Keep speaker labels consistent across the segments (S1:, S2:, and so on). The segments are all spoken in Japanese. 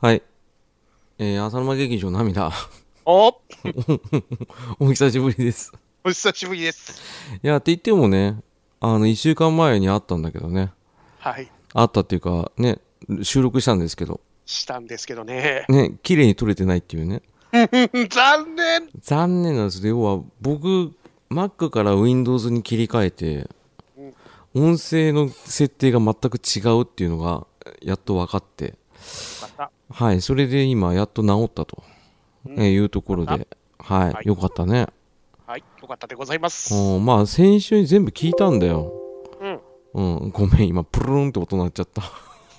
S1: はい。えー、浅沼劇場涙。
S2: お
S1: お久しぶりです。
S2: お久しぶりです。
S1: いや、って言ってもね、あの、1週間前に会ったんだけどね。
S2: はい。
S1: 会ったっていうか、ね、収録したんですけど、
S2: したんですけど ね。
S1: ね、綺麗に撮れてないっていうね。
S2: 残念
S1: 残念なんですよ。要は、僕、Mac から Windows に切り替えて、音声の設定が全く違うっていうのが、やっと分かって。
S2: また、
S1: はい、それで今、やっと治ったと、えーいうところで、はい、
S2: はい
S1: よかったね。
S2: はい、よかったでございます。
S1: うん、まあ先週に全部聞いたんだよ。
S2: うん。
S1: うん、ごめん、今、プルルンって音鳴っちゃった。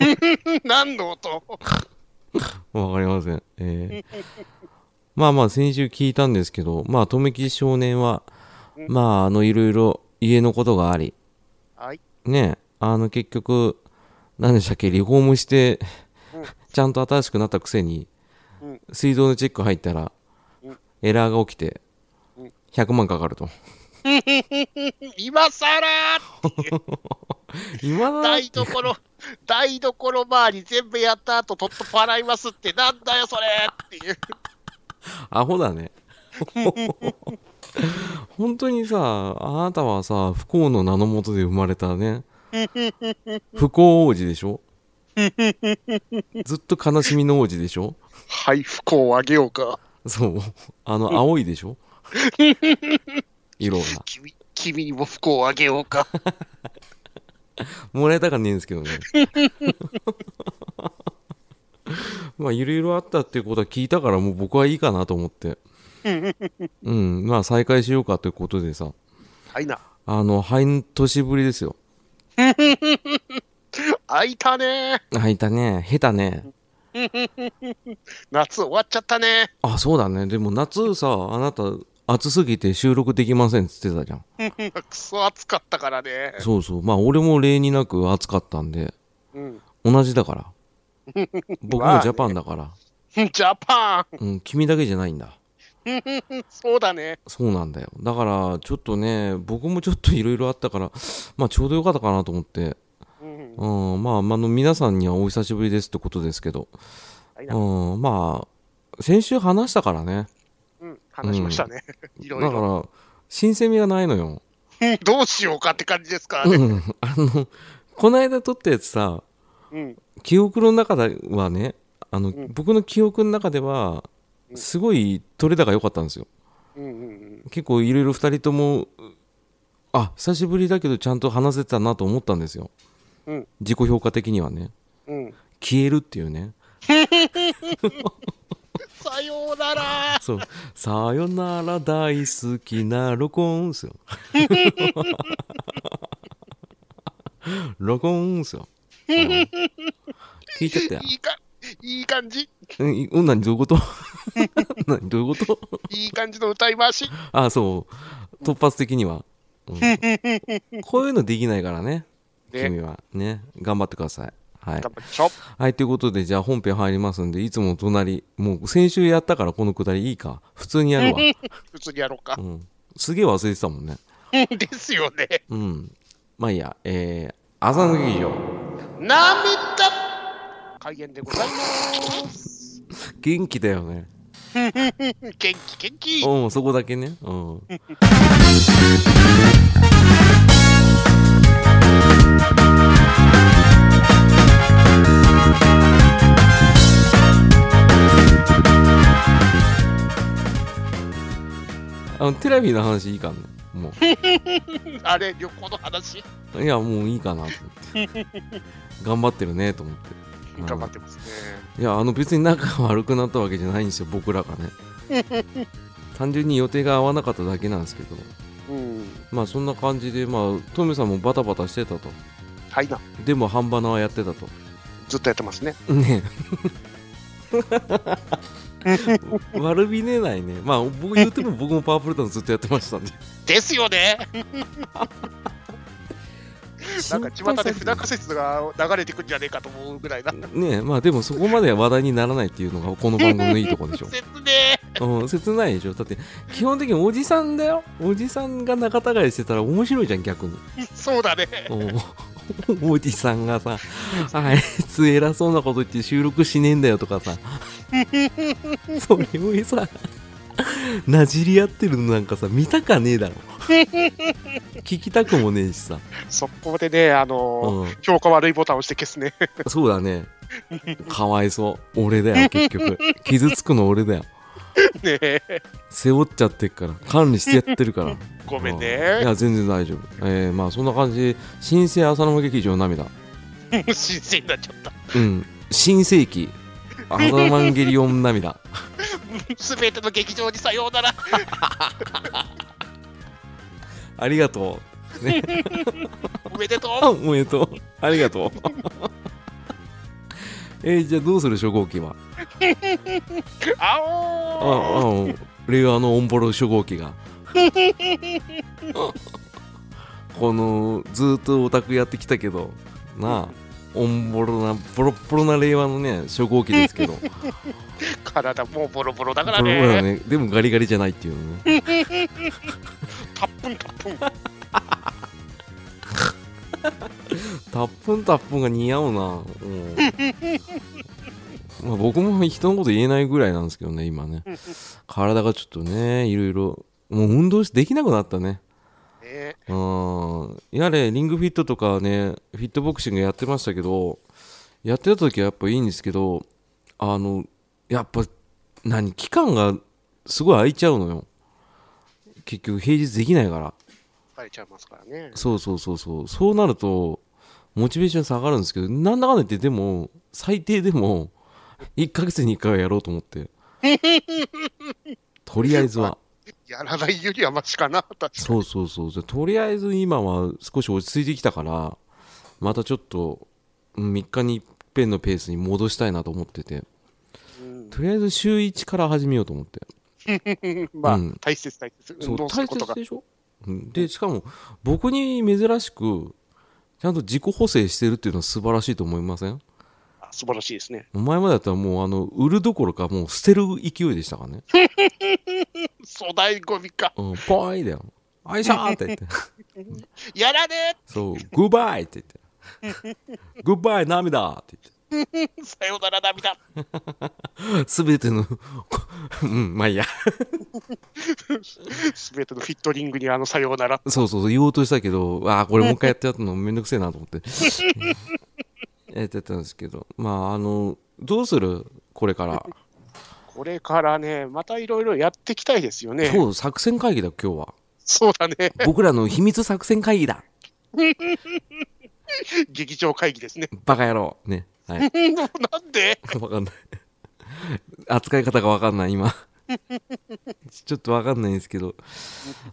S2: 何の音
S1: わかりません。えー まあまあ、先週聞いたんですけど、まあ、留吉少年は、まあ、あの、いろいろ家のことがあり、
S2: はい。
S1: ね、あの、結局、何でしたっけ、リフォームして、ちゃんと新しくなったくせに
S2: うん、
S1: 水道のチェック入ったら、エラーが起きて、100万かかる と。
S2: 今さら
S1: 今だ
S2: 台所、台所周り全部やった後、とっと払いますって、なんだよ、それっていう。
S1: アホだね 本当にさあなたはさ不幸の名のもとで生まれたね不幸王子でしょずっと悲しみの王子でしょ
S2: はい、不幸をあげようか。
S1: そうあの青いでしょ色が
S2: 君、君にも不幸をあげようか。
S1: もらえたかねえんですけどね まあいろいろあったっていうことは聞いたからもう僕はいいかなと思ってうんまあ再開しようかということでさ
S2: はいな。
S1: あの半年ぶりですよ
S2: 開いたね。
S1: あ、いたね。下手ね。
S2: 夏終わっちゃったね。
S1: あ、そうだね。でも夏さ、あなた、暑すぎて収録できませんっつってたじゃん。
S2: くそ暑かったからね。
S1: そうそう。まあ、俺も例になく暑かったんで、
S2: うん。
S1: 同じだ から。僕
S2: まあ
S1: も
S2: ね
S1: ジャパンだから。
S2: ジャパン。
S1: うん、君だけじゃないんだ。
S2: そうだね。
S1: そうなんだよ。だから、ちょっとね、僕もちょっといろいろあったから、まあ、ちょうどよかったかなと思って。
S2: うん。
S1: うん、まあ、まああの、皆さんにはお久しぶりですってことですけど。
S2: はいな。
S1: うん、まあ、先週話したからね。
S2: うん、話しましたね。いろい
S1: だか
S2: ろ。
S1: ら、新鮮味がないのよ。
S2: うんどうしようかって感じですからね。
S1: うん、あの、こないだ撮ったやつさ、
S2: うん。
S1: 記憶の中ではね、あの、僕の記憶の中では、すごい撮れ高良かったんですよ。
S2: うんうん
S1: 結構いろいろ二人とも、あ、久しぶりだけどちゃんと話せてたなと思ったんですよ。
S2: うん
S1: 自己評価的にはね。
S2: うん。うん。
S1: 消えるっていうね。
S2: さようなら
S1: そう。さよなら大好きなロコンっすよ。ロコンっすよ。うん聞いてたよ。
S2: いいか、いい感じ。
S1: え、いうん、何どういうこと何どういうこと
S2: いい感じの歌い回し。
S1: あ、そう。突発的には。うん、こういうのできないからね。
S2: ね
S1: 君は。ね。頑張ってください。はい。
S2: 頑張りましょう。
S1: はい、ということで、じゃあ本編入りますんで、いつもの隣、もう先週やったからこのくだりいいか。普通にや るわ。
S2: 普通にやろうか
S1: う。ん。すげえ忘れてたもんね。
S2: うんですよね。
S1: うん。まあいいや。えー、朝の劇場。
S2: 涙開演でございます。
S1: 元気だよね。
S2: 元気元気。
S1: うん、そこだけね。うん。あのテレビの話いいかねも
S2: あれ、旅行の話。
S1: ういやもういいかなと思って頑張ってるねと思ってうん
S2: 頑張ってますね。
S1: いやあの別に仲悪くなったわけじゃないんですよ僕らがね単純に予定が合わなかっただけなんですけど
S2: うん。
S1: まあそんな感じでまあトムさんもバタバタしてたと
S2: はいな。
S1: でも半端なはやってたと
S2: ずっとやってますね。
S1: ねえ悪びれないねまあ僕言っても僕もパワフルタウンずっとやってましたんで
S2: ですよね。なんか巷で不仲
S1: し
S2: 説が流れてくんじゃねえかと思うぐらいな。
S1: ねえまあでもそこまで話題にならないっていうのがこの番組のいいとこでしょ
S2: 切ね
S1: うん、切ないでしょだって基本的におじさんだよおじさんが仲違いしてたら面白いじゃん逆に
S2: そうだね。
S1: おうおじさん がさ、あいつ偉そうなこと言って収録しねえんだよとかさ、それをさ、なじり合ってるのなんかさ、見たかねえだろ。聞きたくもねえしさ、
S2: 速攻でね、あのー
S1: うん
S2: 評価悪いボタンを押して消すね。
S1: そうだね。かわいそう。俺だよ、結局。傷つくの俺だよ。
S2: ねえ
S1: 背負っちゃってっから、管理してやってるから。
S2: ごめん
S1: うんい
S2: ね。
S1: や、全然大丈夫。えー、まあ、そんな感じで、新生浅沼劇場涙。
S2: 新鮮になっちゃった。
S1: うん。新世紀、アザマンゲリオン涙。
S2: すべての劇場にさようなら。
S1: ありがとう。ね、
S2: おめでと
S1: あおめでとう。ありがとう。 えー、じゃあどうする初号機は
S2: う。あ
S1: あ
S2: お
S1: あ
S2: ー。
S1: 令和のオンボロ初号機が このずーっとオタクやってきたけどなあオンボロなボロッボロな令和のね初号機ですけ ど
S2: 体もうボロボロだから
S1: ボロボロだ
S2: ね。
S1: ねでもガリガリじゃないっていうのね
S2: たっぷんたっぷん。
S1: タップンタップンが似合うなもうまあ僕も人のこと言えないぐらいなんですけどね今ね体がちょっとねいろいろもう運動しできなくなったね
S2: ね
S1: うんやれリングフィットとかねフィットボクシングやってましたけどやってた時はやっぱいいんですけどあのやっぱ何期間がすごい空いちゃうのよ結局平日できないから
S2: 疲れちゃいますからね。
S1: そうそうそうそうそうなるとモチベーション下がるんですけどなんだかんだ言ってでも最低でも1ヶ月に1回はやろうと思って とりあえずは
S2: やらないよりはマシかな、私。
S1: そうそうそうじゃあとりあえず今は少し落ち着いてきたからまたちょっと3日に一遍のペースに戻したいなと思ってて
S2: うん
S1: とりあえず週1から始めようと思って
S2: まあ
S1: うん、
S2: 大切大切。
S1: そ
S2: 運
S1: う
S2: 動す
S1: 大
S2: ること
S1: 切
S2: が。
S1: でしょうんでしかも僕に珍しくちゃんと自己補正してるっていうのは素晴らしいと思いません
S2: あ素晴らしいですね。
S1: お前までだったらもうあの売るどころかもう捨てる勢いでしたからね
S2: 粗大ゴミか。
S1: うんポイだよあいしょーって言って
S2: やらね
S1: そうグッバイって言ってグッバイ涙って言って
S2: えさよなら涙。
S1: すべての、 こうん、まあいいや。
S2: すべてのフィットリングにあのさようなら。
S1: そうそうそう、言おうとしたけど、ああ、これもう一回やってやったのめんどくせえなと思って。やってたんですけど、まあ、あの、どうするこれから。
S2: これからね、またいろいろやっていきたいですよね。
S1: そう、作戦会議だ、今日は。
S2: そうだね。
S1: 僕らの秘密作戦会議だ。
S2: 劇場会議ですね。
S1: バカ野郎。ね。はい。
S2: うんなんで
S1: わかんない。扱い方がわかんない、 今。ちょっとわかんないんですけど。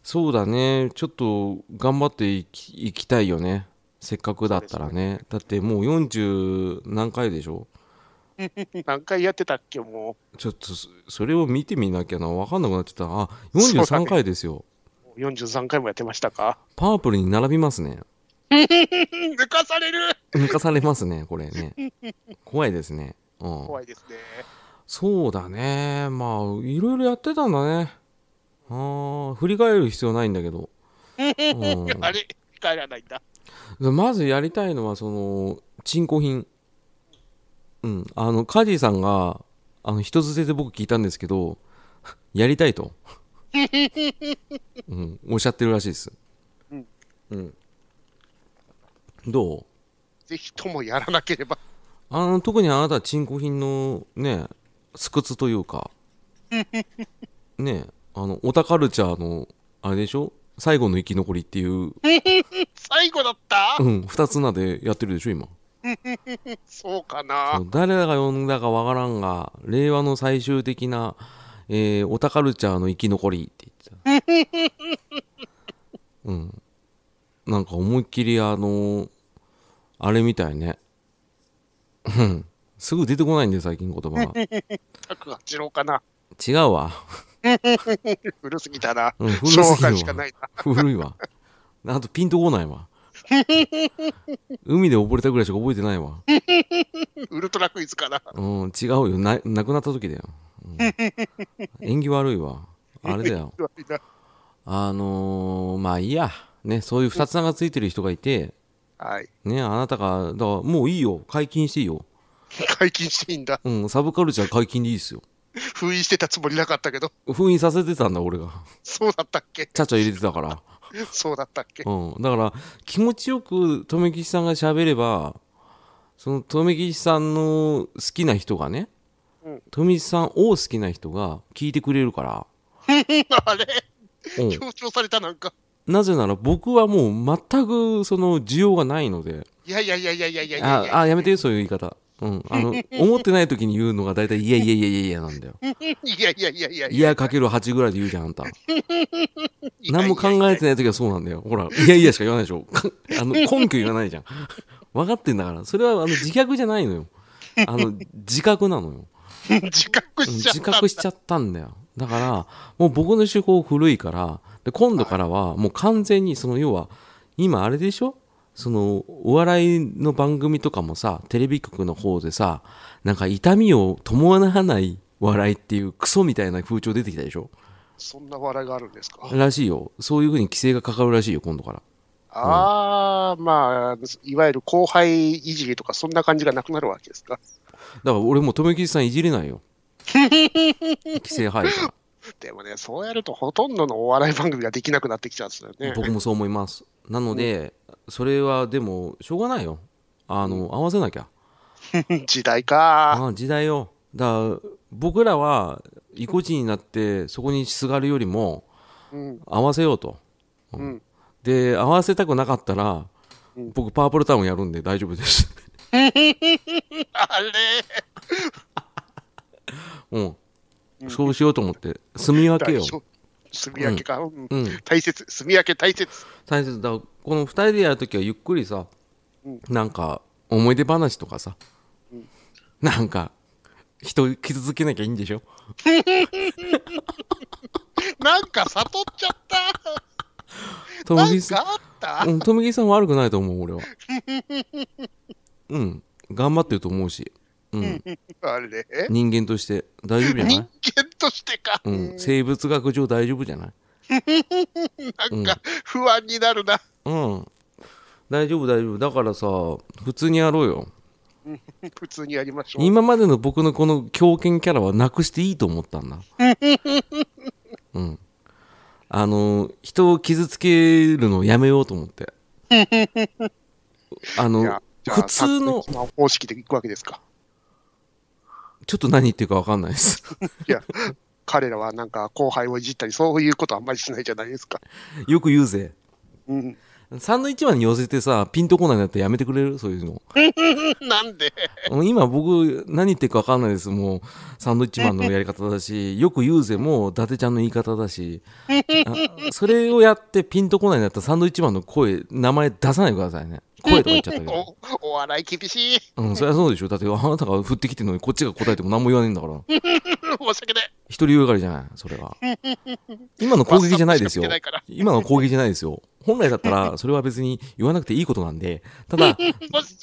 S1: そうだね。ちょっと頑張っていきいきたいよね。せっかくだったらね。だってもう40何回でしょ
S2: 何回やってたっけ、も
S1: ちょっとそそれを見てみなきゃな。わかんなくなっちゃった。あ、
S2: そうだ
S1: 43
S2: ね
S1: 回ですよ。
S2: う。43回もやってましたか。
S1: パープルに並びますね。
S2: うん抜かされる
S1: 抜かされますね、これね。怖いですね。うん。
S2: 怖いですね。
S1: そうだね。まあ、いろいろやってたんだね。あー振り返る必要ないんだけど。うん
S2: あれ帰らないんだ。
S1: まずやりたいのは、その、珍古品。うん。あの、カジーさんが、あの、人づてで僕聞いたんですけど、やりたい と。うん。おっしゃってるらしいです。
S2: うん。
S1: うん。どう
S2: ぜひともやらなければ。
S1: あの特にあなたは珍古品のねスクツというかねあのオタカルチャーのあれでしょ最後の生き残りっていう、
S2: 最後だった
S1: うん、二つ名でやってるでしょ今
S2: そうかな。
S1: 誰が呼んだかわからんが令和の最終的な、えーオタカルチャーの生き残りって言ってたうんなんか思いっきりあのあれみたいねうんすぐ出てこないんだよ最近言葉が
S2: たくがちろうかな。
S1: 違うわ。
S2: 古すぎたな。
S1: うん古すぎるわ
S2: 紹介しかないな。
S1: 古いわ。あとピンとこない わ。海で溺れたぐらいしか覚えてないわ。
S2: ウルトラクイズかな。
S1: うん、違うよ。な亡くなった時だよ。うん縁起悪いわ。あれだよ。あのー、まあいいや。ね、そういう二つ名がついてる人がいて、
S2: はい。
S1: ねあなたがだからもういいよ解禁していいよ
S2: 解禁していいんだ。
S1: うんサブカルチャー解禁でいいですよ
S2: 封印してたつもりなかったけど、
S1: 封印させてたんだ俺が
S2: そうだったっけ
S1: ちゃちゃ入れてたから
S2: そうだったっけ
S1: うん、だから気持ちよく留吉さんが喋ればその留吉さんの好きな人がね、
S2: うん
S1: 富吉さんを好きな人が聞いてくれるから、
S2: あれ
S1: うん
S2: 強調されたなんか。
S1: なぜなら僕はもう全くその需要がないので
S2: いやいやいやいやいやいやいやい
S1: あ
S2: や。
S1: あやめてよそういう言い方、うん、あ の思ってない時に言うのが大体「いやいやいやいやいや」なんだよ
S2: いやいやいやいや
S1: 「いやかける8ぐらいで言うじゃんあんた
S2: いや
S1: 何も考えてない時はそうなんだよほら「いやいや」しか言わないでしょかあ の根拠言わないじゃん分かってんだからそれはあの自虐じゃないのよあの自覚なの よ
S2: 自覚
S1: うん
S2: しちゃっ
S1: 自
S2: たんだ。
S1: 覚しちゃったんだよだからもう僕の手法古いからで今度からはもう完全にその要は今あれでしょそのお笑いの番組とかもさテレビ局の方でさなんか痛みを伴わない笑いっていうクソみたいな風潮出てきたでしょ
S2: そんな笑いがあるんですか。
S1: らしいよそういう風に規制がかかるらしいよ今度から
S2: ああ、まあ、いわゆる後輩いじりとか、そんな感じがなくなるわけです
S1: だ
S2: か。
S1: から俺もう留吉さんいじれないよ規制入るか
S2: でもね、そうやるとほとんどのお笑い番組ができなくなってきちゃうんですよ
S1: ら
S2: ね。
S1: 僕もそう思いますなのでそれはでもしょうがないよあの合わせなきゃ
S2: 時代か。
S1: ああ時代よだから僕らは意固地になってそこにすがるよりも
S2: うん。
S1: 合わせようと
S2: うん。
S1: で合わせたくなかったら
S2: うん
S1: 僕パープルタウンやるんで大丈夫です
S2: あれ
S1: うんそうしようと思って住み分けよ
S2: 大丈夫すみ分けか。うん
S1: うん
S2: 大切。すみ分け大切。
S1: 大切だからこの2人でやるときはゆっくりさ、
S2: うん
S1: なんか思い出話とかさ、なんか人傷つけなきゃいいんでしょ
S2: なんか悟っちゃった。
S1: 友
S2: なん
S1: 木さ
S2: かあった、
S1: んうん友木さんは悪くないと思う 俺はうん頑張ってると思うし、うん、
S2: あれ
S1: 人間として大丈夫じゃな
S2: 人
S1: い
S2: 間、としてか。
S1: うん、生物学上大丈夫じゃない
S2: なんか不安になるな。
S1: うん大丈夫大丈夫だからさ普通にやろうよ
S2: 普通にやりましょう。
S1: 今までの僕のこの狂犬キャラはなくしていいと思った んだうんあの人を傷つけるのをやめようと思って あ
S2: い
S1: の
S2: やじゃあ
S1: 普通の
S2: さっきの方式でいくわけですか。
S1: ちょっと何言ってるか分かんないです
S2: いや、彼らはなんか後輩をいじったり、そういうことあんまりしないじゃないですか。
S1: よく言うぜ
S2: うん、
S1: サンドイッチマンに寄せてさピンとこないんだったらやめてくれるそういうの
S2: なんで、
S1: もう今僕何言ってるか分かんないですもうサンドイッチマンのやり方だしよく言うぜもう伊達ちゃんの言い方だしあそれをやってピンとこないんだったらサンドイッチマンの声名前出さないでくださいね声とか言っちゃったけ ど、
S2: おお笑い厳しい。
S1: うん、そりゃそうでしょだってあなたが振ってきてるのにこっちが答えても何も言わねえんだから
S2: 申し訳ない。
S1: 一人よがりじゃないそれは今の攻撃じゃないですよ
S2: わっさとしか見てないから
S1: 今の攻撃じゃないですよ本来だったらそれは別に言わなくていいことなんでただだ
S2: もし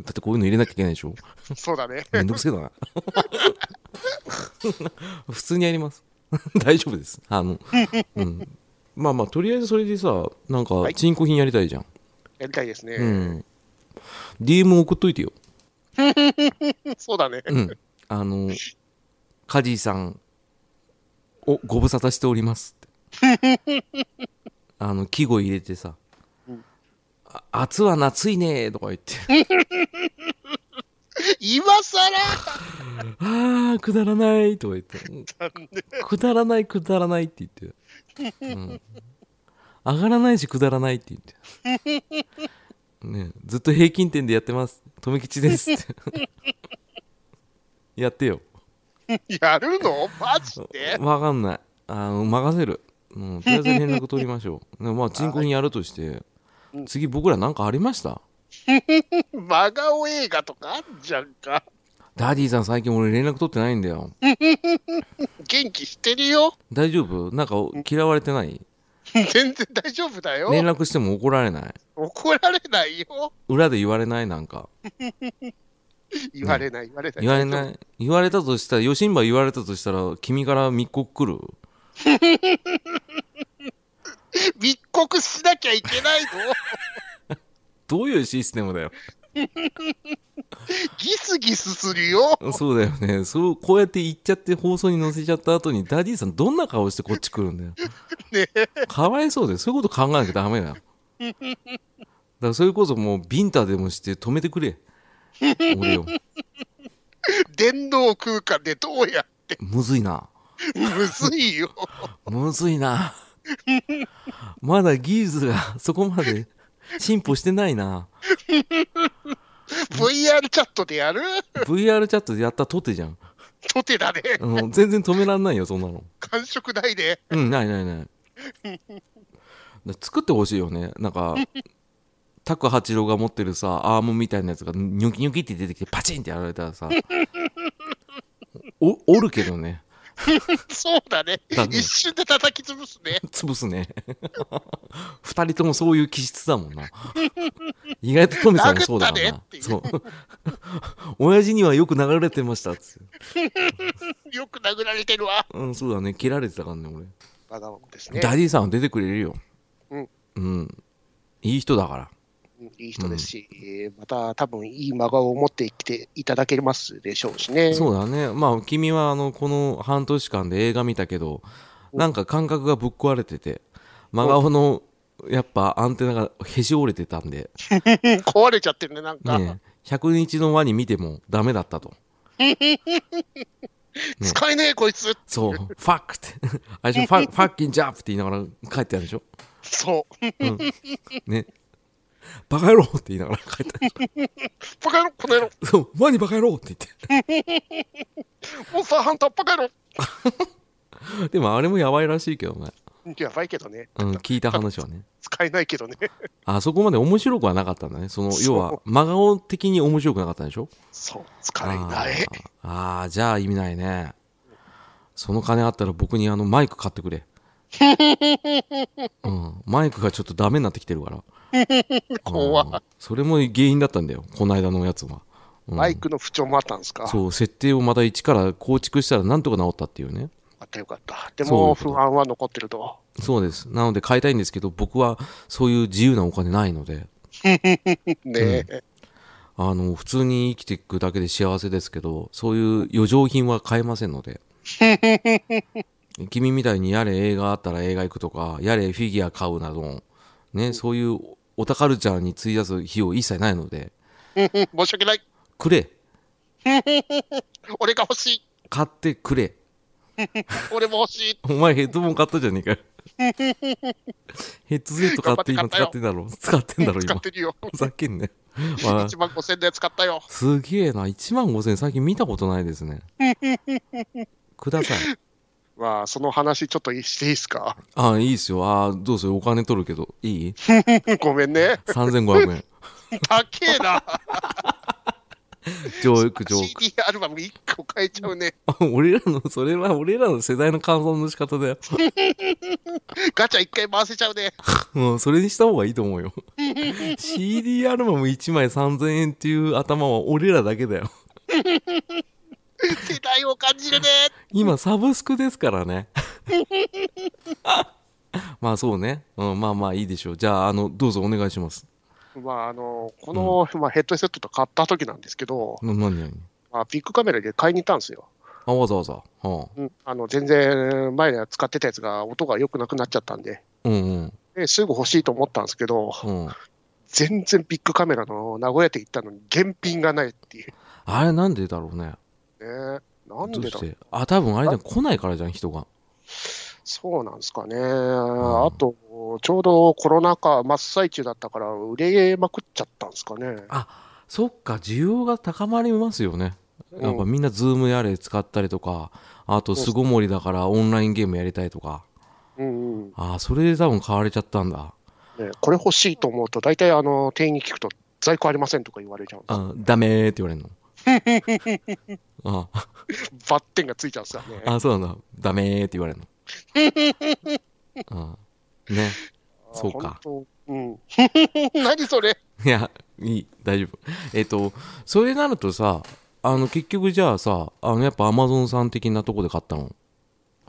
S1: ってこういうの入れなきゃいけないでしょ
S2: そうだね。
S1: めんどくせえだな。 普通にやります。 大丈夫です。あの、うん。まあまあ、とりあえずそれでさ、なんか
S2: い、
S1: チンコ品やりたいじゃん。
S2: やりたいですね。
S1: うん。DM 送っといてよ。
S2: そうだね。
S1: うん。あの、カジーさんをご無沙汰しておりますって。あの、季語入れてさ、あ暑は夏いねーとか言って。
S2: 今さ
S1: ああ、くだらないとか言って。くだらない、くだらないって言って。うん、上がらないし、くだらないって言って。ねえずっと平均点でやってます。富吉ですって。 やってよ。
S2: ら、やるのマジで
S1: わかんない。あの任せる、うん。とりあえず連絡取りましょう。でまあ、人口にやるとして、次僕らなんかありました
S2: 真顔映画とかあんじゃんか。
S1: ダディさん最近俺連絡取ってないんだよ。
S2: 元気してるよ。
S1: 大丈夫なんか嫌われてない
S2: 全然大丈夫だよ。
S1: 連絡しても怒られない
S2: 怒られないよ。
S1: 裏で言われないなんか
S2: 言われない、言われない。
S1: 言われない言われたとしたら吉ンバ言われたとしたら君から密告来る
S2: 密告しなきゃいけないの
S1: どういうシステムだよ。
S2: ギスギスするよ。
S1: そうだよね。そう、こうやって言っちゃって放送に載せちゃった後に、ダディさんどんな顔してこっち来るん だよ。
S2: ね
S1: かわいそうだよ。そういうこと考えなきゃダメだ よ。だからそれこそもうビンタでもして止めてくれ。俺 を。
S2: 電脳空間でどうやって。
S1: むずいな。
S2: むずいよ。
S1: むずい な。まだ技術がそこまで進歩してないな。
S2: VR チャットでやる
S1: VR チャットでやったとてじゃん。
S2: とてだね。
S1: うん、全然止めらんないよ、そんなの。
S2: 感触ないね。
S1: うん、ないないない。だ作ってほしいよね。なんか、拓八郎が持ってるさ、アームみたいなやつが、ニョキニョキって出てきて、パチンってやられたらさ、お、おるけどね。
S2: そうだね。
S1: だね
S2: 一瞬で叩き潰すね。
S1: 潰すね。二人ともそういう気質だもんな。意外とトミさんもそうだから
S2: 殴
S1: な
S2: ったねって。いう
S1: そう。親父にはよく流れてましたっつって。
S2: よく殴られてるわ。
S1: うん、そうだね。切られてたからね、俺。
S2: バカもんですね。
S1: ダディさんは出てくれるよ。
S2: うん。
S1: うん。いい人だから。
S2: うんいい人ですし、えーまた多分いい真顔を持ってきていただけますでしょうしね。
S1: そうだね。まあ、君は、あの、この半年間で映画見たけど、なんか感覚がぶっ壊れてて、真顔の、やっぱアンテナがへし折れてたんで、
S2: 壊れちゃってるね、なんか。
S1: ね、100日の輪に見てもダメだったと。
S2: 使えねえ、こいつ。
S1: そう、ファックって。あれでしょ、ファファッキンジャンプって言いながら帰ってたでしょ。
S2: そう。
S1: ね。バカ野郎って言いながら帰ったでし
S2: バカ野郎、この野郎。
S1: ょ。そう、ワニバカ野郎って言って。
S2: モンスターハンター、バカ野郎。
S1: でもあれもやばいらしいけどね。
S2: やばいけどね。
S1: うん、聞いた話はね。
S2: 使えないけどね。
S1: あそこまで面白くはなかったんだね。その、要は、真顔的に面白くなかったんでしょ
S2: そう、使えない。
S1: あーあー、じゃあ意味ないね。その金あったら僕にあのマイク買ってく れ。うん、マイクがちょっとダメになってきてるから。
S2: 怖
S1: うんそれも原因だったんだよ、この間のやつは。うん
S2: マイクの不調もあったんですか。よ
S1: そう、設定をまた一から構築したらなんとか治ったっていうね。
S2: かった、よかった。で
S1: そうい
S2: も、
S1: うこと
S2: 不安は残ってると。
S1: そうです。なので買いたいんですけど、僕はそういう自由なお金ないので、
S2: ねえ。
S1: あの、普通に生きていくだけで幸せですけど、そういう余剰品は買えませんの で。君みたいにやれ映画あったら映画行くとか、やれフィギュア買うなど、ね、そういうオタカルチャーに費やす費用一切ないので、
S2: 申し訳ない。
S1: くれ
S2: 俺が欲しい。
S1: 買ってくれ
S2: 俺も欲しい。
S1: お前ヘッドホン買ったじゃねえ かよヘッドセット買って今使ってんだろ使ってんだろ
S2: 使
S1: 今
S2: ってるよ。
S1: ふざけんなよわあ
S2: 1万5000円で使ったよ。
S1: すげえな1万5000最近見たことないです ねください
S2: まあ、その話ちょっとしていいですか。
S1: あいいっすよあどうするお金取るけどいい
S2: ごめんね。
S1: 3500円
S2: 高えな。
S1: ジョークジョーク
S2: CD アルバム1個買えちゃうね。
S1: あ 俺らのそれは俺らの世代の換算の仕方だよ
S2: ガチャ1回回せちゃうね。
S1: もうそれにした方がいいと思 うよ CD アルバム1枚3000円っていう頭は俺らだけだよ
S2: 世代を感じるね。
S1: 今サブスクですからね まあそうね、うん、まあまあいいでしょうじゃああのどうぞお願いします
S2: まあ、あの、この、まあ、ヘッドセットと買った時なんですけど、
S1: な何何
S2: まあ、ビッグカメラで買いに行ったんですよ。
S1: あわざわざ、はあ、
S2: うん、あの全然前に使ってたやつが音が良くなくなっちゃったんで。
S1: うんうん
S2: ですぐ欲しいと思ったんですけど、
S1: うん
S2: 全然ビッグカメラの名古屋店行ったのに、現品がないっていう
S1: あれなんでだろうね
S2: ね。なん
S1: どう
S2: でだ
S1: してあ多分あれだよ来ないからじゃん人が
S2: そうなんですかね。あと、ちょうどコロナ禍真っ最中だったから、売れまくっちゃったんですかね。
S1: そっか需要が高まりますよね
S2: うん
S1: やっぱみんなズームやれ使ったりとかあと巣ごもりだからオンラインゲームやりたいとか
S2: うんうん
S1: あそれで多分買われちゃったんだ
S2: ね、これ欲しいと思うと、大体あの店員に聞くと、在庫ありませんとか言われちゃうんで
S1: あダメーって言われるの あ
S2: すバッテンがついちゃうんですからね。
S1: あ、そうなんだ。ダメーって言わ れるの。うん、ね。そうか
S2: 本当。うん、 何それ
S1: いや、いい、大丈夫。えっ、と、それなるとさ、あの、結局じゃあさ、あの、やっぱアマゾンさん的なとこで買ったの。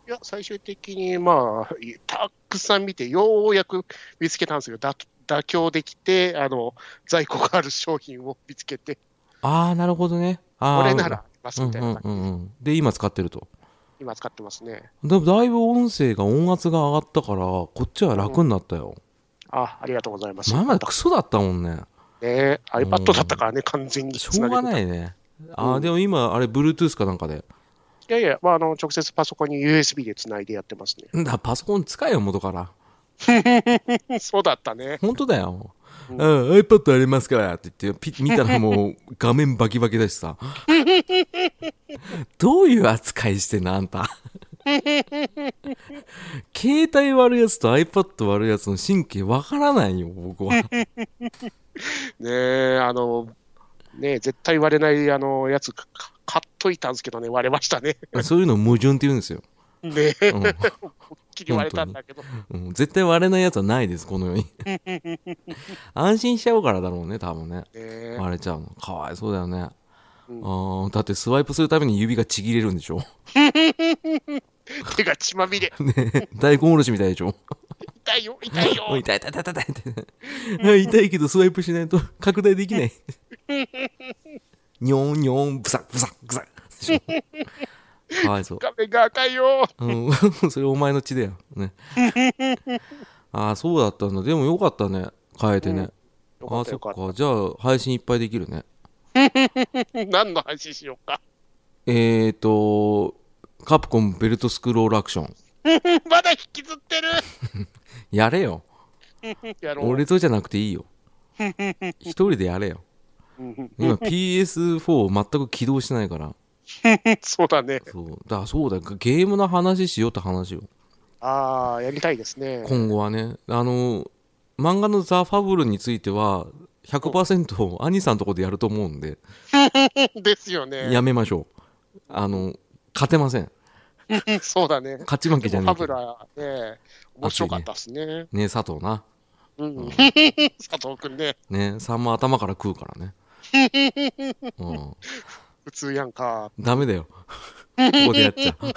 S2: いや、最終的に、まあ、いたくさん見て、ようやく見つけたんですけど、だ妥協できて、あの、在庫がある商品を見つけて、
S1: ああなるほどねあー
S2: これならあります
S1: うん
S2: み
S1: う
S2: たい
S1: ん
S2: な感
S1: う
S2: じで、
S1: んうんで今使ってると
S2: 今使ってますね。
S1: だだいぶ音声が音圧が上がったからこっちは楽になったよ、
S2: あ、ありがとうございます。
S1: 前までクソだったもんね
S2: ね、
S1: うん
S2: iPad だったからね、完全に
S1: しょうが
S2: い。
S1: ないねあ
S2: う
S1: あ
S2: ん
S1: でも今あれ Bluetooth かなんかで
S2: いやいや、まあ、あの直接パソコンに USB でつないでやってます
S1: んだパソコン使えよ元から
S2: ね。そうだったね。
S1: 本当だよ、
S2: う
S1: うんん、iPad ありますからって言ってピ見たらもう画面バキバキだし さどういう扱いしてんのあん た携帯悪いやつと iPad 悪いやつの神経わからないよ僕は
S2: ねえ、あの、ねえ絶対割れないあのやつかか買っといたんですけどね、割れましたね。
S1: そういうの矛盾って言うんですよ、
S2: ね え、
S1: うん
S2: きり割れたんだけど。
S1: うん、絶対割れないやつはないですこの世に安心しちゃうからだろうね多分ね
S2: ねえ
S1: 割れちゃうのかわいそうだよね、
S2: うん
S1: あーだってスワイプするために指がちぎれるんでしょ
S2: 手が血まみれ。
S1: ね大根おろしみたいでしょ
S2: 痛いよ、痛いよ。
S1: おい痛い痛い痛い痛い痛い痛いけどスワイプしないと拡大できないにょんにょんブサッブサッブ サッでしょかわいそう
S2: 画面が赤いよ。
S1: うん、 それお前の血だよ。 ね、ああ、そうだったんだ。でもよかったね。変えてね。
S2: よ
S1: あ
S2: か
S1: あ、
S2: っ
S1: そ
S2: たよ
S1: っ
S2: かっ
S1: か。じゃあ、配信いっぱいできるね。
S2: た。何の話しようか。
S1: えーと、カプコンベルトスクロールアクション。
S2: まだ引きずってる。
S1: やれよ。
S2: やろう。
S1: 俺とじゃなくていい よ。一人でやれよ。
S2: うん
S1: 今 PS4 全く起動してないから。
S2: そうだね。
S1: そう。だからそうだよ。ゲームの話しようって話よ。
S2: ああ、やりたいですね。
S1: 今後はね。あの、漫画のザ・ファブルについては、100%兄さんのとこでやると思うんで。
S2: ですよね。
S1: やめましょう。あの、勝てません。
S2: そうだね。
S1: 勝ち負けじ
S2: で
S1: ゃ
S2: も
S1: ね
S2: ハ
S1: えけ
S2: ブ
S1: ど。
S2: ラね、面白かったっすね。
S1: ね佐藤な。
S2: うん、佐 藤君ね、
S1: ねさんま頭から食うから ね。うん。
S2: 普通やんか。
S1: ダメだよ。ここでやっちゃう。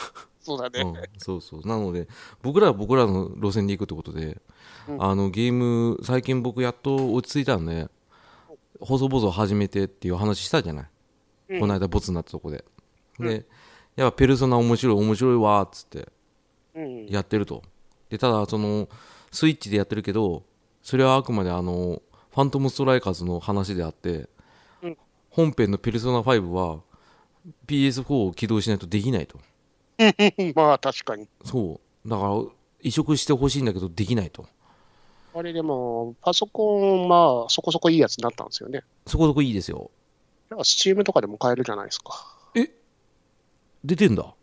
S2: そうだね。
S1: うん、そうそう。なので、僕らは僕らの路線で行くってことで、
S2: うん
S1: あの、ゲーム、最近僕やっと落ち着いたんで、細々始めてっていう話したじゃない。
S2: うん
S1: この間、ボツになったとこで。で、やっぱペルソナ面白い、面白いわ、っつって。
S2: うん、
S1: やってるとでただそのスイッチでやってるけどそれはあくまであのファントムストライカーズの話であって、
S2: うん
S1: 本編の「ペルソナ5」は PS4 を起動しないとできないと
S2: まあ確かに。
S1: そうだから移植してほしいんだけどできないと
S2: あれでも、パソコン、まあそこそこいいやつになったんですよね。
S1: そこそこいいですよ
S2: だからスチームとかでも買えるじゃないですか。
S1: 出てんだ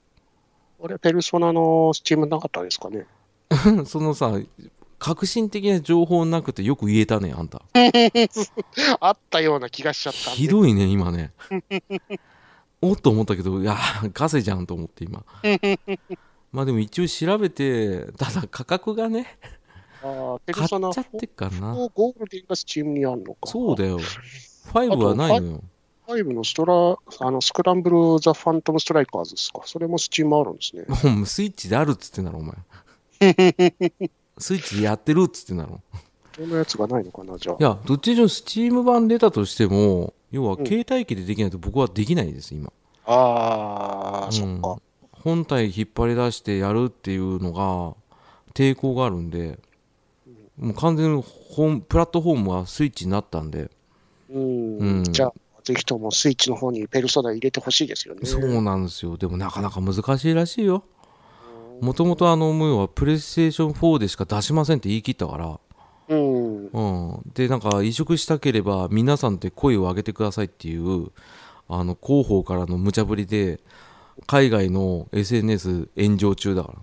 S2: あれ、ペルソナのスチームなかったですかね。
S1: そのさ革新的な情報なくてよく言えたねあんた
S2: あったような気がしちゃったんで。
S1: ひどいね今 ねおっと思ったけどいやガセじゃんと思って 今まあでも一応調べてただ価格がね
S2: あーペ
S1: 買
S2: ル
S1: っち
S2: ソナ
S1: ゃっ
S2: 4
S1: てっからな
S2: とゴールデンがスチームにあるのか。
S1: そうだよ5はないのよ
S2: 5のストラ、あの、スクランブル・ザ・ファントム・ストライカーズですか。それもスチームあるんですね。
S1: もうスイッチであるっつってんだろお 前スイッチでやってるっつってんだろ
S2: そんなやつがないのかな、じゃあ
S1: い。やどっちにしろスチーム版出たとしても要は携帯機でできないと僕はできないです今
S2: ああ、
S1: うん
S2: そっか。
S1: 本体引っ張り出してやるっていうのが抵抗があるんでもう完全にホームプラットフォームはスイッチになったんで、
S2: うん。
S1: うん
S2: じゃあ、ぜひともスイッチの方にペルソナ入れてほしいですよね。
S1: そうなんですよでもなかなか難しいらしいよもともとあの要はプレイステーション4でしか出しませんって言い切ったから、
S2: うん。
S1: うん、でなんか移植したければ皆さんって声を上げてくださいっていうあの広報からの無茶ぶりで海外の SNS 炎上中だか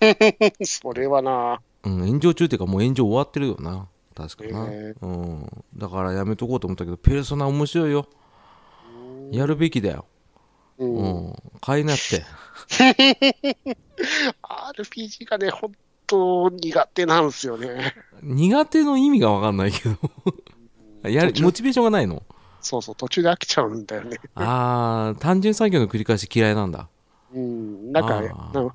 S1: ら
S2: それはな。
S1: うん、炎上中っていうかもう炎上終わってるよな確かな、
S2: へ
S1: うん、だからやめとこうと思ったけどペルソナ面白いよやるべきだよ、
S2: う。
S1: うんん、買いなって
S2: RPG がね、本当苦手なんですよね。
S1: 苦手の意味が分かんないけどやるモチベーションがないの
S2: そうそう、途中で飽きちゃうんだよね。
S1: あー単純作業の繰り返し嫌いなんだ
S2: うん。なんか、
S1: あ
S2: ね
S1: ー、
S2: なんか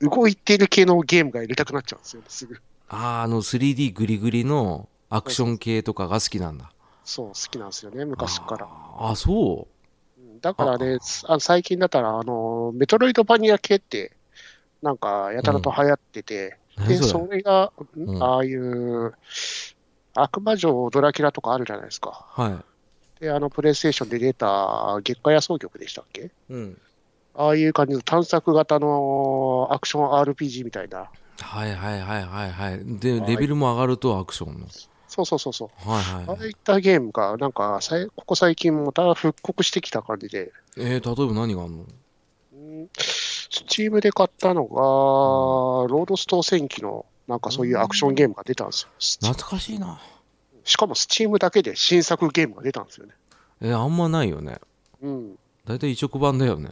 S2: 動いてる系のゲームが入れたくなっちゃうんですよね、すぐ。
S1: あーあの 3D グリグリのアクション系とかが好きなんだ
S2: そう、好きなんですよね、昔から。
S1: ああそう
S2: うんだからね、あの最近だったら、あの、メトロイドバニア系って、なんか、やたらと流行ってて、
S1: 何
S2: で、
S1: それ
S2: それが、
S1: うん
S2: ああいう、悪魔城ドラキュラとかあるじゃないですか。
S1: は
S2: で、あの、プレイステーションで出た月下野草曲でしたっけ
S1: いうん
S2: ああいう感じの探索型のアクション RPG みたいな。
S1: はいはいはいはいはいで
S2: はい
S1: レベルも上がるとアクションの
S2: そうそうそうそう。
S1: はいはい、
S2: あ
S1: は
S2: あ
S1: い、
S2: いったゲームが、なんかさい、ここ最近また復刻してきた感じで、
S1: えー、例えば何があんの
S2: うんスチームで買ったのが、ロードストー戦記の、なんかそういうアクションゲームが出たんですよ。スチ
S1: 懐かしいな
S2: しかもスチームだけで新作ゲームが出たんですよね。
S1: えーあんまないよね
S2: うん。
S1: 大体移植版だよね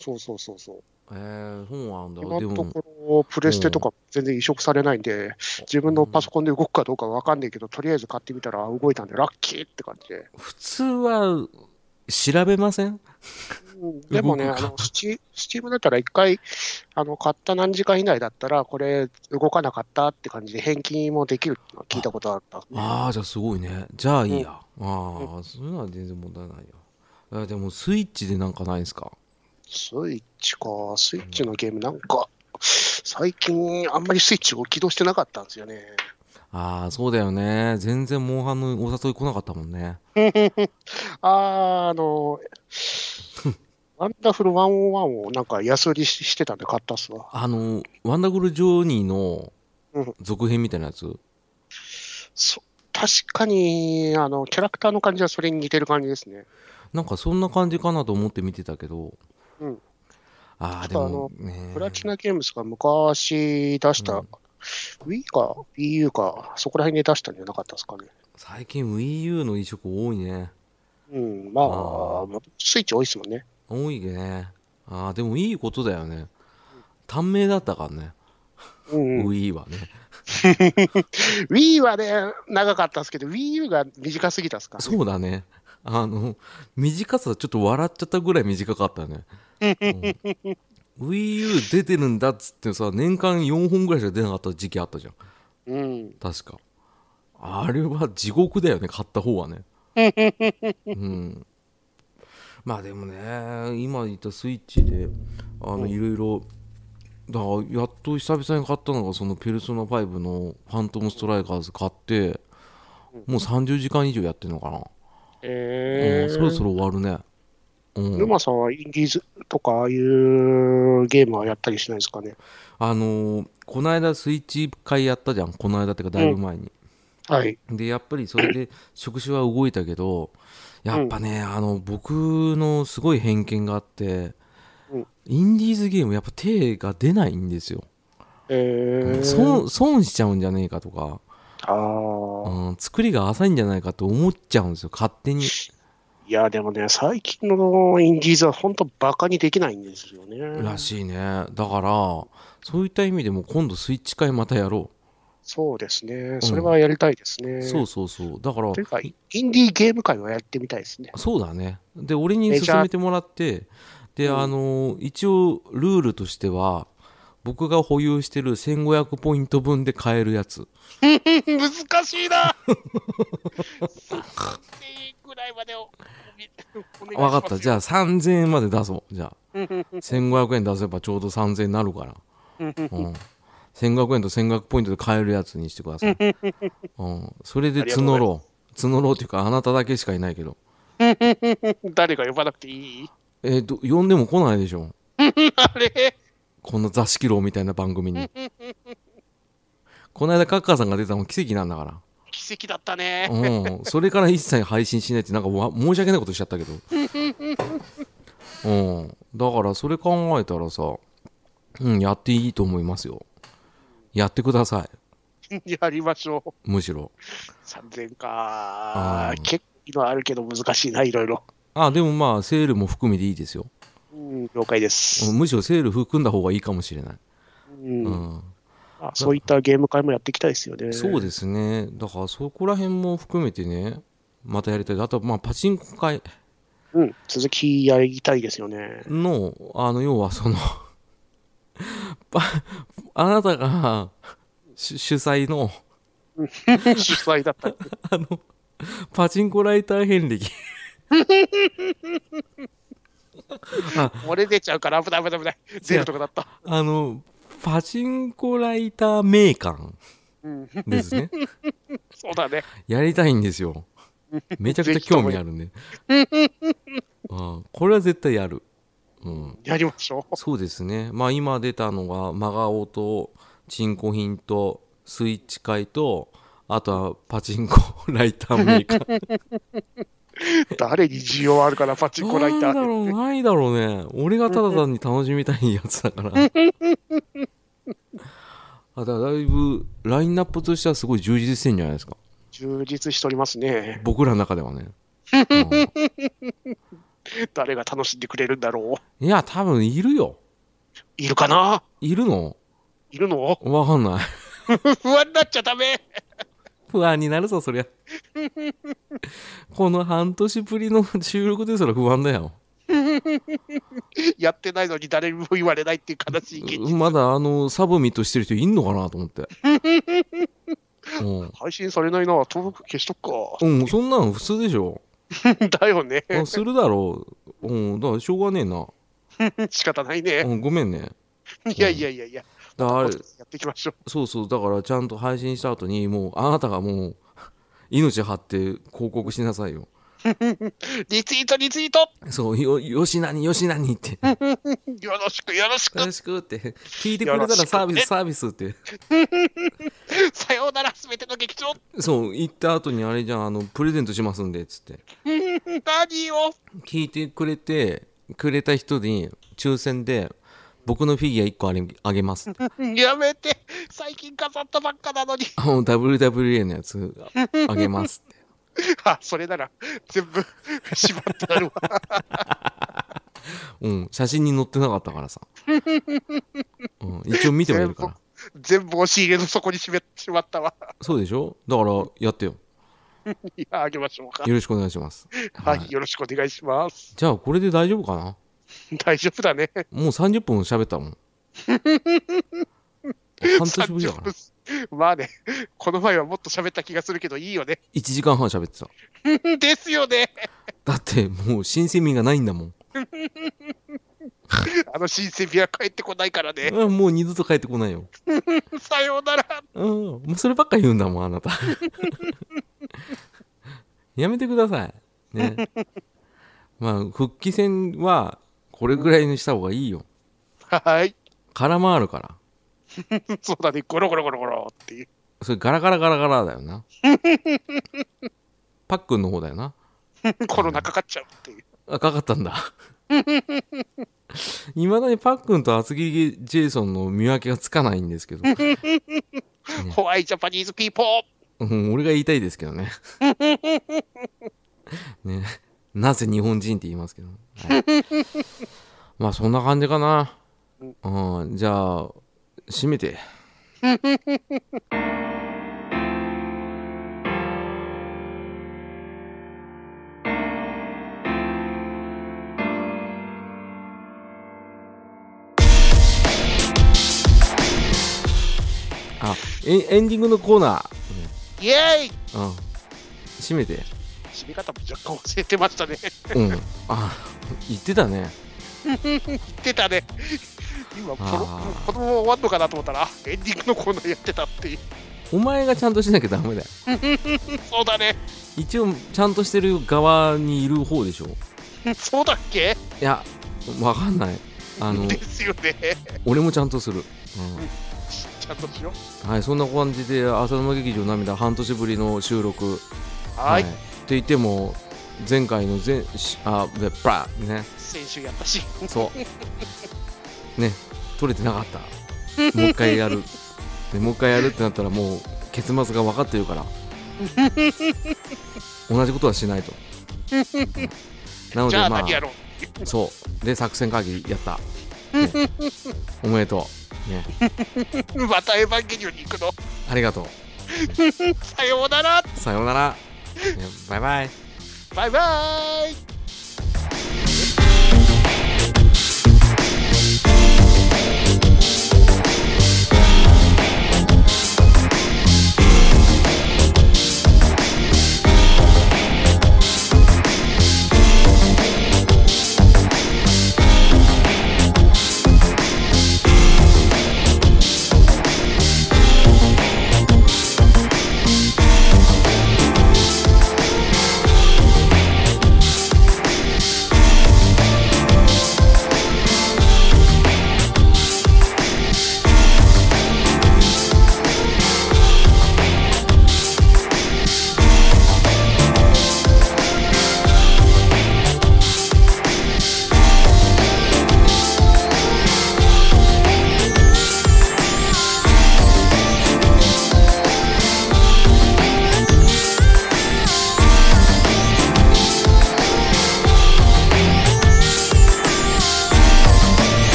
S2: そうそうそうそう。
S1: えー、そうなんだ
S2: 今
S1: で
S2: のと
S1: も
S2: ころ、プレステとか全然移植されないんで、自分のパソコンで動くかどうかわかんないけど、とりあえず買ってみたらあ動いたんで、ラッキーって感じで。
S1: 普通は調べません
S2: うんでもね、
S1: 動
S2: あ
S1: くか
S2: のスチスチームだったら、一回あの買った何時間以内だったら、これ、動かなかったって感じで、返金もできるってのは聞いたことあった。
S1: ああじゃあすごいねじゃあいいや、ああそういうのは全然問題ないよえーでもスイッチでなんかないんすか
S2: スイッチか、スイッチのゲーム、なんか、最近、あんまりスイッチを起動してなかったんですよね。
S1: ああそうだよね全然モンハンのお誘い来なかったもんね
S2: あー、あの、ワンダフル101をなんか安売りししてたんで買ったっすわ。
S1: あのワンダフルジョーニーの
S2: うん
S1: 続編みたいなやつ、
S2: そ確かに、あの、キャラクターの感じはそれに似てる感じですね。
S1: なんかそんな感じかなと思って見てたけど、
S2: うん
S1: ああで
S2: ちょっ
S1: も
S2: と
S1: ね
S2: プラチナゲームズが昔出した、
S1: うん
S2: Wii か EU か、そこら辺で出したんじゃなかったですかね。
S1: 最近 WiiU の移植多いね
S2: うん、まあ、
S1: あ
S2: スイッチ多いですもんね。
S1: 多いねああでもいいことだよね短命だったからね、
S2: うん、
S1: Wii はね
S2: Wii はね、長かったですけど、WiiU が短すぎたですか、ね、
S1: そうだねあの短さちょっと笑っちゃったぐらい短かったね、うん、WiiU 出てるんだっつってさ年間4本ぐらいしか出なかった時期あったじゃん
S2: うん。
S1: 確かあれは地獄だよね買った方はねうんまあでもね今言ったスイッチであのいろいろだからやっと久々に買ったのがその「ペルソナ5」の「ファントムストライカーズ」買ってもう30時間以上やってるのかな、
S2: え
S1: うん、そろ
S2: ー
S1: そろ終わるねうん
S2: 沼さんはインディーズとか、ああいうゲームはやったりしないですかね。
S1: あのーこの間スイッチ会やったじゃんこの間っていうかだいぶ前に、
S2: はい。
S1: でやっぱりそれ で職種は動いたけどやっぱね、あの僕のすごい偏見があって、
S2: うん
S1: インディーズゲームやっぱ手が出ないんですよ、
S2: えー、
S1: 損損しちゃうんじゃねえかとか、
S2: ああ。
S1: うん、作りが浅いんじゃないかと思っちゃうんですよ勝手に
S2: いや、でもね、最近のインディーズは本当バカにできないんですよね。
S1: らしいねだからそういった意味でも今度スイッチ会またやろ
S2: そうですね。それはやりたいですね。
S1: う、そうそうそうだから
S2: というか、イインディーゲーム界はやってみたいで すね。
S1: そうだねで俺に
S2: メジャー
S1: 勧めてもらってで、
S2: うん
S1: あの一応ルールとしては僕が保有してる1500ポイント分で買えるやつ
S2: 難しいな !3 ぐらいまでお
S1: 分かったじ
S2: ゃ
S1: ゃあ3000円まで出そうじゃあ
S2: あ。
S1: 1500円出せばちょうど3000円になるから、うん、1500円と1500ポイントで買えるやつにしてくだ さい、うん、それで募ろう募ろうっていうかあなただけしかいないけど
S2: 誰が呼ばなくていい
S1: えー、と呼んでも来ないでしょ
S2: あれ
S1: こんな座敷牢みたいな番組 にこの間カッカーさんが出たのも奇跡なんだから
S2: 奇跡だったね。
S1: うん、それから一切配信しないってなんかわ申し訳ないことしちゃったけど、うん、だからそれ考えたらさ、うん、やっていいと思いますよやってください
S2: やりましょう。
S1: むしろ
S2: 3000か
S1: う。ん
S2: 結構今あるけど難しいな、いろいろ。
S1: あでもまあセールも含めていいですよ
S2: うん、了解です。
S1: うんむしろセール含んだ方がいいかもしれない、
S2: うん
S1: うん、
S2: あそういったゲーム会もやっていきたいですよね。
S1: そう
S2: す。
S1: ですねだからそこら辺も含めてねまたやりたいあとまあパチンコ会
S2: うん、続きやりたいです よね。
S1: の、あの、要はその、 ばあなたが主主催の
S2: 主催だったり。
S1: あの、パチンコライター遍歴。
S2: 漏れ出ちゃうから危ない危ない危ない。出るとこだった。
S1: あの、パチンコライター名鑑
S2: うん、
S1: ですね。
S2: そうだね。
S1: やりたいんですよ。めちゃくちゃ興味あるんで。あこれは絶対やる。うん。
S2: やりましょう。
S1: そうですね。まあ今出たのが、真顔と、チンコ品と、スイッチ会と、あとはパチンコライターメーカー。
S2: 誰に需要あるからパチンコライタ
S1: なんだ
S2: ー。
S1: ろう、ないだろうね。俺がただ単に楽しみたいやつだ から。あだからだいぶ、ラインナップとしてはすごい充実してんじゃないですか。
S2: 充実しておりますね。
S1: 僕らの中ではね。うん
S2: 誰が楽しんでくれるんだろう。
S1: いや、多分いるよ。
S2: いるかない
S1: るの
S2: いるの
S1: わかんない。
S2: 不安になっちゃダメ。
S1: 不安になるぞ、そ りゃ。この半年ぶりの収録ですら不安だよ。
S2: やってないのに誰にも言われないっていう悲しい現実。
S1: まだあの、サブミットしてる人いんのかなと思 って。
S2: 配信されないな。登録消しとく
S1: うん、うん、そんなの普通でしょ。
S2: か。だよね。
S1: あするだろう。うん、だからしょうがねえな。
S2: 仕方ないね。
S1: うん、ごめんね。
S2: いやいやいやいや。
S1: だからあれ、
S2: やっていきましょう。
S1: そうそう、だからちゃんと配信した後に、もう、あなたがもう、 命張って広告しなさいよ。
S2: リツイート、リツイート
S1: そう、よ、よしなに、よしなにって。
S2: よろしく、よろしく
S1: よろしくって。聞いてくれたらサービス、サービスって。
S2: さようなら、すべての劇場
S1: そう、行った後にあれじゃん、あの、プレゼントしますんで、つって。
S2: 何を
S1: 聞いてくれて、くれた人に、抽選で、僕のフィギュア1個あれあげますって。
S2: やめて最近飾ったばっかなのに
S1: あの WWE のやつあげますって。
S2: あ、それなら、全部、 縛ってあるわ。
S1: うん、写真に載ってなかったからさ。うん、一応見てはいるから。
S2: 全部押し入れの底にしめしまったわ。
S1: そうでしょだから、やってよ。
S2: いや、あげましょうか。
S1: よろしくお願いします。
S2: はい、よろしくお願いします。
S1: じゃあ、これで大丈夫かな
S2: 大丈夫だね。
S1: もう30分喋ったもん。半年ぶりだから。
S2: 30分まあね、この前はもっと喋った気がするけど、いいよね。
S1: 1時間半喋ってた。
S2: ですよね。
S1: だって、もう新鮮味がないんだもん。
S2: あの新鮮味は帰ってこないからね。
S1: うんもう二度と帰ってこないよ。
S2: さようなら。
S1: うん、もうそればっか言うんだもん、あなた。やめてください。ね。まあ、復帰戦は、これぐらいにした方がいいよ。
S2: はい。
S1: 空回るから。
S2: そうだね、ゴロゴロゴロゴロっていう。
S1: それガラガラガラガラだよな。パックンの方だよな。
S2: コロナかかっちゃうっていう。
S1: あ、かかったんだ。 いまだにパックンと厚切りジェイソンの見分けがつかないんですけど、
S2: ホワイジャパニーズピーポー
S1: うん、俺が言いたいですけどね。ねなぜ日本人って言いますけど、はいまあそんな感じかな。うん、じゃあ、閉めて。あエ、エンディングのコーナー。
S2: イエーイ
S1: うん。閉めて。
S2: 締め方も若干忘れてましたね。
S1: うん。あ、言ってたね。
S2: 言ってたね。今この、
S1: あー
S2: このまま終わんのかなと思ったら、あエンディングのコーナーやってたっていう。
S1: お前がちゃんとしなきゃダメだよ。
S2: そうだね。
S1: 一応、ちゃんとしてる側にいる方でしょ。
S2: そうだっけ
S1: いや、わかんない。あ の、
S2: ですよね。
S1: 俺もちゃんとする。
S2: ちゃんとしよ
S1: うん、はい、そんな感じで、浅沼劇場涙半年ぶりの収録。
S2: う。はい。
S1: って言っても、前回の前、しあ、で、プラね。
S2: 先週やったし。
S1: そう。ね、撮れてなかった。もう一回やる。でもう一回やるってなったら、もう結末が分かってるから。同じことはしないと。うんなの
S2: じ
S1: で、
S2: ゃあ
S1: ま
S2: 何や
S1: あ、
S2: ろう。
S1: そう。で、作戦会議やった。ねおめでとう。ね、
S2: またエヴァンゲリオンに行くの。
S1: ありがとう。
S2: さようなら。
S1: さようなら。ねバイバイ。
S2: バイバーイ。